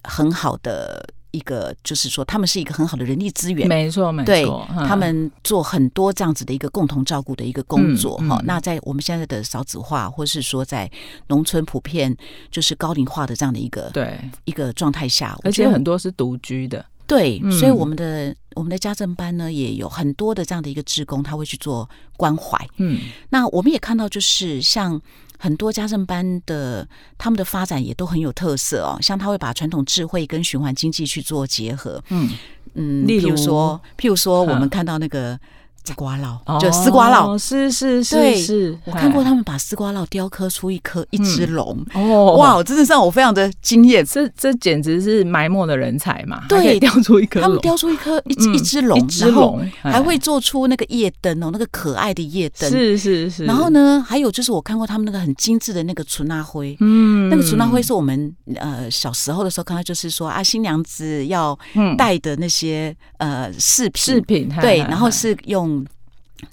[SPEAKER 4] 很好的一个，就是说他们是一个很好的人力资源。
[SPEAKER 3] 没错，没
[SPEAKER 4] 对
[SPEAKER 3] 错，嗯
[SPEAKER 4] 他们做很多这样子的一个共同照顾的一个工作
[SPEAKER 3] 嗯
[SPEAKER 4] 哈、
[SPEAKER 3] 嗯
[SPEAKER 4] 那在我们现在的少子化，或是说在农村普遍就是高龄化的这样的一个
[SPEAKER 3] 对，
[SPEAKER 4] 一个状态下，我
[SPEAKER 3] 而
[SPEAKER 4] 觉
[SPEAKER 3] 且
[SPEAKER 4] 得
[SPEAKER 3] 很多是独居的，
[SPEAKER 4] 对、
[SPEAKER 3] 嗯
[SPEAKER 4] 所以我们的我们的家政班呢，也有很多的这样的一个职工，他会去做关怀。
[SPEAKER 3] 嗯，
[SPEAKER 4] 那我们也看到，就是像很多家政班的他们的发展也都很有特色哦，像他会把传统智慧跟循环经济去做结合，
[SPEAKER 3] 嗯，
[SPEAKER 4] 嗯，
[SPEAKER 3] 例如
[SPEAKER 4] 譬如说，譬如说，
[SPEAKER 3] 嗯
[SPEAKER 4] 我们看到那个。丝瓜烙，
[SPEAKER 3] 哦 哎
[SPEAKER 4] 就丝瓜烙。
[SPEAKER 3] 是是是
[SPEAKER 4] 对
[SPEAKER 3] 是，
[SPEAKER 4] 我看过
[SPEAKER 3] 嘿
[SPEAKER 4] 他们把丝瓜烙雕刻出一颗一只龙，
[SPEAKER 3] 哦，哇，
[SPEAKER 4] 哇，真的让我非常的惊艳。
[SPEAKER 3] 这这简直是埋没的人才嘛，
[SPEAKER 4] 对
[SPEAKER 3] 还可以雕出一颗
[SPEAKER 4] 他们
[SPEAKER 3] 龙，
[SPEAKER 4] 雕出一颗一只
[SPEAKER 3] 嗯
[SPEAKER 4] 一只龙，
[SPEAKER 3] 一只
[SPEAKER 4] 然后
[SPEAKER 3] 龙，哎
[SPEAKER 4] 还
[SPEAKER 3] 嘿
[SPEAKER 4] 会做出那个夜灯哦，那个可爱的夜灯。
[SPEAKER 3] 是是是，
[SPEAKER 4] 然后？呢，还有就是我看过他们那个很精致的那个纯蜡灰。
[SPEAKER 3] 嗯
[SPEAKER 4] 那个纯蜡灰，是我们呃小时候的时候看到，就是说啊，新娘子要
[SPEAKER 3] 嗯
[SPEAKER 4] 带的那些、呃饰品，
[SPEAKER 3] 饰品， 嘿
[SPEAKER 4] 对，
[SPEAKER 3] 嘿
[SPEAKER 4] 然后
[SPEAKER 3] 嘿
[SPEAKER 4] 是用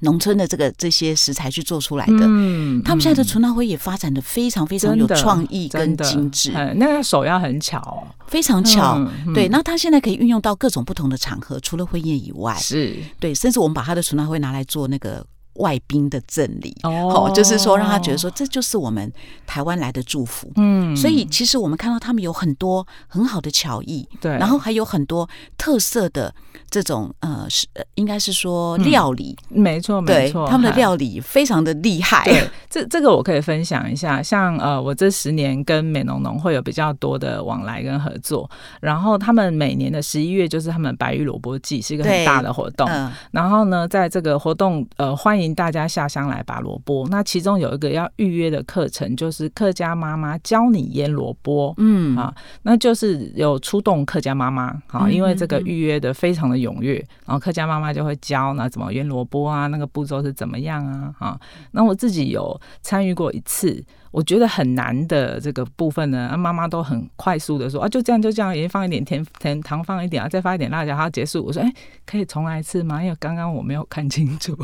[SPEAKER 4] 农村的这个这些食材去做出来的。
[SPEAKER 3] 嗯
[SPEAKER 4] 他们现在的
[SPEAKER 3] 嗯
[SPEAKER 4] 纯蜡灰也发展的非常非常
[SPEAKER 3] 真
[SPEAKER 4] 有
[SPEAKER 3] 的
[SPEAKER 4] 创意跟
[SPEAKER 3] 真的
[SPEAKER 4] 精致，
[SPEAKER 3] 嗯，那个手要很巧哦，
[SPEAKER 4] 非常巧。
[SPEAKER 3] 嗯，嗯
[SPEAKER 4] 对，那它现在可以运用到各种不同的场合，除了婚宴以外，
[SPEAKER 3] 是
[SPEAKER 4] 对，甚至我们把它的纯蜡灰拿来做那个外宾的赠礼，
[SPEAKER 3] 哦
[SPEAKER 4] 好、就是说让他觉得，说这就是我们台湾来的祝福。
[SPEAKER 3] 嗯
[SPEAKER 4] 所以其实我们看到他们有很多很好的巧艺，
[SPEAKER 3] 对，
[SPEAKER 4] 然后还有很多特色的这种呃是呃应该是说
[SPEAKER 3] 嗯
[SPEAKER 4] 料理，
[SPEAKER 3] 没错哦没
[SPEAKER 4] 对
[SPEAKER 3] 错，
[SPEAKER 4] 他们的
[SPEAKER 3] 嘿
[SPEAKER 4] 料理非常的厉害。嗯
[SPEAKER 3] 对，这这个我可以分享一下，像呃，我这十年跟美农农会有比较多的往来跟合作，然后他们每年的十一月就是他们白玉萝卜季，是一个很
[SPEAKER 4] 对
[SPEAKER 3] 大的活动。
[SPEAKER 4] 嗯，
[SPEAKER 3] 然后呢，在这个活动，呃，欢迎大家下乡来拔萝卜。那其中有一个要预约的课程，就是客家妈妈教你腌萝卜。
[SPEAKER 4] 嗯
[SPEAKER 3] 啊那就是有出动客家妈妈啊，
[SPEAKER 4] 嗯
[SPEAKER 3] 因为这个
[SPEAKER 4] 嗯嗯
[SPEAKER 3] 预约的非常的踊跃，然后客家妈妈就会教那怎么腌萝卜啊，那个步骤是怎么样啊啊。那我自己有参与过一次，我觉得很难的这个部分呢，啊妈妈都很快速的说啊，就这样就这样，盐放一点，甜甜糖放一点啊，再放一点辣椒，好结束。我说哎、可以重来一次吗？因为刚刚我没有看清楚。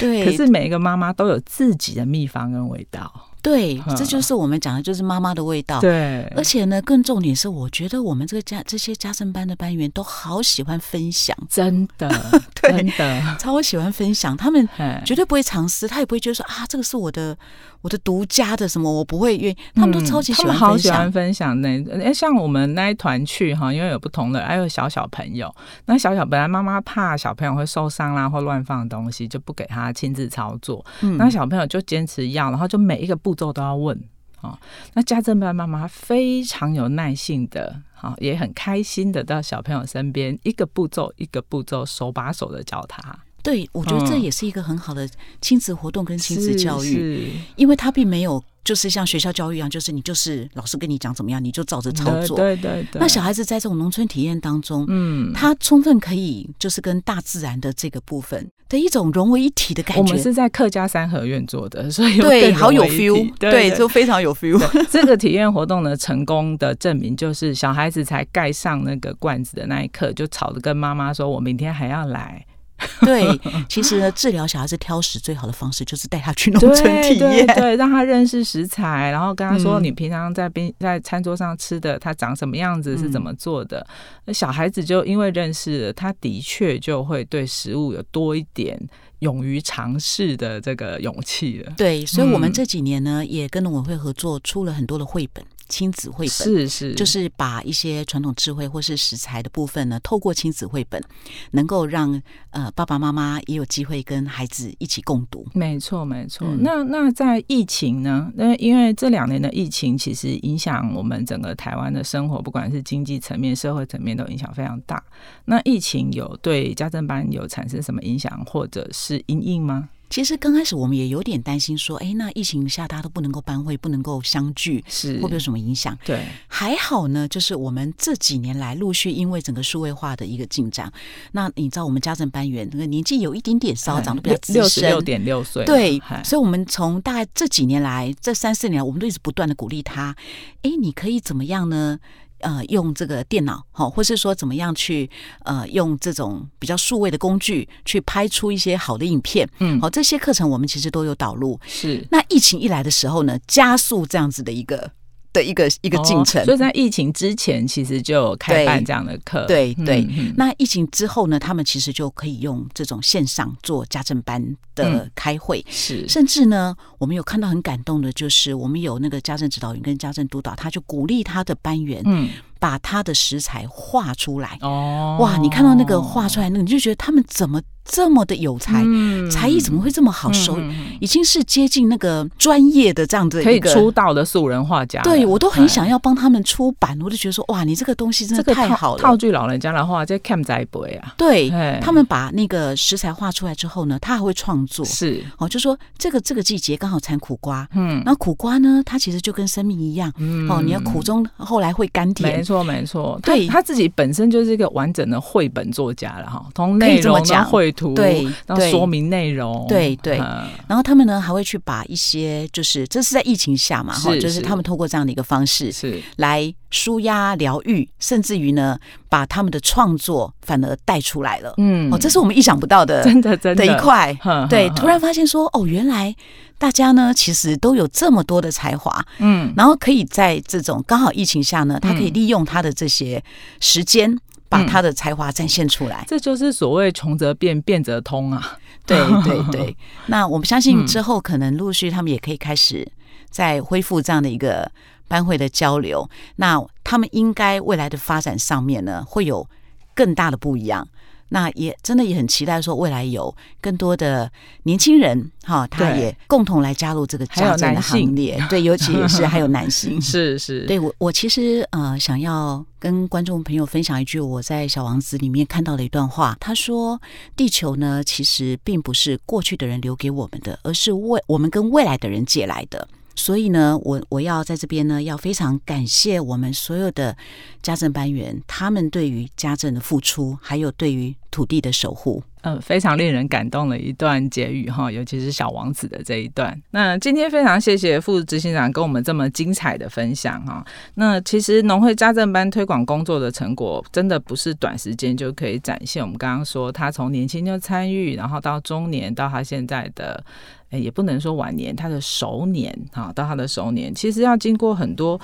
[SPEAKER 4] 对，
[SPEAKER 3] 可是每一个妈妈都有自己的秘方跟味道，
[SPEAKER 4] 对，
[SPEAKER 3] 嗯
[SPEAKER 4] 这就是我们讲的，就是妈妈的味道。
[SPEAKER 3] 对，
[SPEAKER 4] 哦而且呢，更重点是，我觉得我们这个家这些家政班的班员都好喜欢 分享，
[SPEAKER 3] 真的，
[SPEAKER 4] 对
[SPEAKER 3] 真的，
[SPEAKER 4] 超喜欢分享。他们
[SPEAKER 3] 哎
[SPEAKER 4] 绝对不会藏私，他也不会觉得说啊，这个是我的我的独家的什么，我不会愿意。他们都
[SPEAKER 3] 嗯
[SPEAKER 4] 超级喜
[SPEAKER 3] 他
[SPEAKER 4] 欢
[SPEAKER 3] 们好
[SPEAKER 4] 分
[SPEAKER 3] 喜欢
[SPEAKER 4] 享。
[SPEAKER 3] 分享那，哎，像我们那一团去哈，因为有不同的，还有小小朋友，那小小本来妈妈怕小朋友会受伤啦，或乱放东西，就不给他亲自操作，
[SPEAKER 4] 嗯
[SPEAKER 3] 那小朋友就坚持要，然后就每一个步骤都要问啊、哦。那家政班妈妈非常有耐性的。好，也很开心的到小朋友身边，一个步骤一个步骤，手把手的教他
[SPEAKER 4] 对，我觉得这
[SPEAKER 3] 嗯
[SPEAKER 4] 也是一个很好的亲子活动跟亲子
[SPEAKER 3] 是
[SPEAKER 4] 教育，
[SPEAKER 3] 是
[SPEAKER 4] 因为他并没有就是像学校教育一样，就是你就是老师跟你讲怎么样，你就照着操
[SPEAKER 3] 对
[SPEAKER 4] 作。
[SPEAKER 3] 对对对。
[SPEAKER 4] 那小孩子在这种农村体验当中，
[SPEAKER 3] 嗯，
[SPEAKER 4] 它充分可以就是跟大自然的这个部分的一种融为一体的感
[SPEAKER 3] 我们
[SPEAKER 4] 觉，
[SPEAKER 3] 是在客家山河院做的， 所以又更
[SPEAKER 4] 对，
[SPEAKER 3] 融
[SPEAKER 4] 好有
[SPEAKER 3] 为一体
[SPEAKER 4] feel，
[SPEAKER 3] 对
[SPEAKER 4] 就非常有 feel。
[SPEAKER 3] 对这个体验活动的成功的证明，就是小孩子才盖上那个罐子的那一刻，就吵着跟妈妈说：“我明天还要来。
[SPEAKER 4] 对，其实呢，治疗小孩子挑食最好的方式就是带他 去”农
[SPEAKER 3] 对
[SPEAKER 4] 村体
[SPEAKER 3] 对
[SPEAKER 4] 验。
[SPEAKER 3] 对，让他认识食材，然后跟他说：“
[SPEAKER 4] 嗯
[SPEAKER 3] 你平常在冰在餐桌上吃的，它长什么样子，是
[SPEAKER 4] 嗯
[SPEAKER 3] 怎么做的。那小孩子就因为认识了，他的确就会对食物有多一点勇于尝试的这个勇气了。
[SPEAKER 4] 对，所以我们
[SPEAKER 3] 嗯
[SPEAKER 4] 这几年呢，也跟农委会合作出了很多的绘本，亲子绘本。
[SPEAKER 3] 是是，
[SPEAKER 4] 就是把一些传统智慧或是食材的部分呢，透过亲子绘本，能够让呃爸爸妈妈也有机会跟孩子一起共读。
[SPEAKER 3] 没错，没错。
[SPEAKER 4] 嗯
[SPEAKER 3] 那那在疫情呢？那因为这两年的疫情，其实影响我们整个台湾的生活，不管是经济层面、社会层面，都影响非常大。那疫情有对家政班有产生什么影响，或者是阴影吗？
[SPEAKER 4] 其实刚开始我们也有点担心，说，哎，那疫情下大家都不能够班会，不能够相聚，
[SPEAKER 3] 是，
[SPEAKER 4] 会不会有什么影响？
[SPEAKER 3] 对，
[SPEAKER 4] 还好呢，就是我们这几年来陆续因为整个数位化的一个进展，那你知道我们家政班员那个年纪有一点点稍长，都比较
[SPEAKER 3] 哎
[SPEAKER 4] 资
[SPEAKER 3] 六十
[SPEAKER 4] 深
[SPEAKER 3] 六。点哎六岁了，
[SPEAKER 4] 对
[SPEAKER 3] 嗨，
[SPEAKER 4] 所以，我们从大概这几年来，这三四年来，我们都一直不断的鼓励他，诶，你可以怎么样呢？呃，用这个电脑，好，或是说怎么样去呃，用这种比较数位的工具去拍出一些好的影片，
[SPEAKER 3] 嗯
[SPEAKER 4] 好，这些课程我们其实都有导入。
[SPEAKER 3] 是。
[SPEAKER 4] 那疫情一来的时候呢，加速这样子的一个的一个一个进程
[SPEAKER 3] 哦，所以在疫情之前，其实就有开
[SPEAKER 4] 对
[SPEAKER 3] 办这样的课。
[SPEAKER 4] 对对
[SPEAKER 3] 嗯嗯
[SPEAKER 4] 那疫情之后呢，他们其实就可以用这种线上做家政班的
[SPEAKER 3] 嗯
[SPEAKER 4] 开会。
[SPEAKER 3] 是
[SPEAKER 4] 甚至呢，我们有看到很感动的，就是我们有那个家政指导员跟家政督导，他就鼓励他的班员
[SPEAKER 3] 嗯
[SPEAKER 4] 把他的食材画出来。
[SPEAKER 3] 哦
[SPEAKER 4] 哇，你看到那个画出来那个，你就觉得他们怎么这么的有才，
[SPEAKER 3] 嗯
[SPEAKER 4] 才艺怎么会这么好手？
[SPEAKER 3] 嗯嗯嗯
[SPEAKER 4] 已经是接近那个专业的这样的
[SPEAKER 3] 可以
[SPEAKER 4] 一个
[SPEAKER 3] 出道的素人画家了，
[SPEAKER 4] 对我都很
[SPEAKER 3] 哎
[SPEAKER 4] 想要帮他们出版，我就觉得说，哇，你这个东西真
[SPEAKER 3] 这个
[SPEAKER 4] 的太
[SPEAKER 3] 套
[SPEAKER 4] 好了。
[SPEAKER 3] 套句老人家的话，这 cam 仔不啊，
[SPEAKER 4] 对
[SPEAKER 3] 哎
[SPEAKER 4] 他们把那个食材画出来之后呢，他还会创作。
[SPEAKER 3] 是，
[SPEAKER 4] 哦，就说这个这个季节刚好产苦瓜，
[SPEAKER 3] 嗯
[SPEAKER 4] 然后苦瓜呢，它其实就跟生命一样，
[SPEAKER 3] 嗯
[SPEAKER 4] 哦，你要苦中后来会甘
[SPEAKER 3] 没
[SPEAKER 4] 甜。
[SPEAKER 3] 错，没错，他
[SPEAKER 4] 对
[SPEAKER 3] 他自己本身就是一个完整的绘本作家了哈，从
[SPEAKER 4] 可以
[SPEAKER 3] 内
[SPEAKER 4] 这么
[SPEAKER 3] 容到
[SPEAKER 4] 讲
[SPEAKER 3] 绘图，
[SPEAKER 4] 对
[SPEAKER 3] 到
[SPEAKER 4] 对
[SPEAKER 3] 说明内容，
[SPEAKER 4] 对对
[SPEAKER 3] 嗯
[SPEAKER 4] 然后他们呢还会去把一些，就是这是在疫情下嘛，哈，
[SPEAKER 3] 是
[SPEAKER 4] 就是
[SPEAKER 3] 是
[SPEAKER 4] 他们透过这样的一个方式
[SPEAKER 3] 是
[SPEAKER 4] 来舒压疗愈，甚至于呢把他们的创作反而带出来了。
[SPEAKER 3] 嗯
[SPEAKER 4] 哦，这是我们意想不到的
[SPEAKER 3] 真的真的嗯
[SPEAKER 4] 的一，块。
[SPEAKER 3] 哼
[SPEAKER 4] 对，
[SPEAKER 3] 哼
[SPEAKER 4] 突然发现说，哦，原来大家呢其实都有这么多的才华，
[SPEAKER 3] 嗯
[SPEAKER 4] 然后可以在这种刚好疫情下呢，他可以
[SPEAKER 3] 嗯
[SPEAKER 4] 利用他的这些时间，把他的才华展现出来。
[SPEAKER 3] 这就是所谓穷则变，变则通 啊！
[SPEAKER 4] 对对 对，那我们相信
[SPEAKER 3] 嗯
[SPEAKER 4] 之后可能陆续他们也可以开始在恢复这样的一个班会的交流。那他们应该未来的发展上面呢，会有更大的不一样。那也真的也很期待说未来有更多的年轻人哈，他
[SPEAKER 3] 对
[SPEAKER 4] 也共同来加入这个
[SPEAKER 3] 还有
[SPEAKER 4] 家政的
[SPEAKER 3] 男性。
[SPEAKER 4] 行列。对，尤其也是还有男 性
[SPEAKER 3] 是是，
[SPEAKER 4] 对我，我其实呃，想要跟观众朋友分享一句我在《小王子》里面看到的一段话。他说：“地球呢，其实并不是过去的人留给我们的，而是未我们跟未来的人借来的。”所以呢，我我要在这边呢，要非常感谢我们所有的家政班员，他们对于家政的付出，还有对于土地的守护。
[SPEAKER 3] 嗯，非常令人感动的一段结语哈，尤其是小王子的这一段。那今天非常谢谢副执行长跟我们这么精彩的分享哈。那其实农会家政班推广工作的成果，真的不是短时间就可以展现。我们刚刚说，他从年轻就参与，然后到中年，到他现在的。诶也不能说晚年，他的熟年哈，到他的熟年，其实要经过很多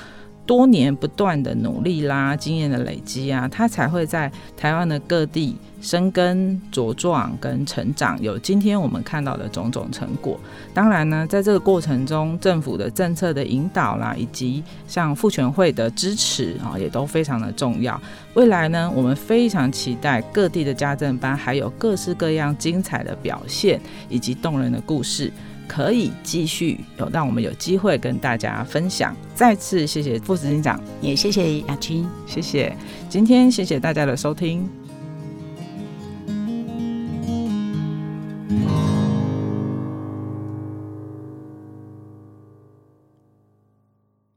[SPEAKER 3] 多年不断的努力啦、经验的累积啊，他才会在台湾的各地生根茁壮跟成长，有今天我们看到的种种成果。当然呢，在这个过程中，政府的政策的引导啦，以及像妇权会的支持啊，也都非常的重要。未来呢，我们非常期待各地的家政班，还有各式各样精彩的表现以及动人的故事。可以继续有让我们有机会跟大家分享。再次谢谢副执行长，
[SPEAKER 4] 也谢谢雅君。
[SPEAKER 3] 谢谢，今天谢谢大家的收听，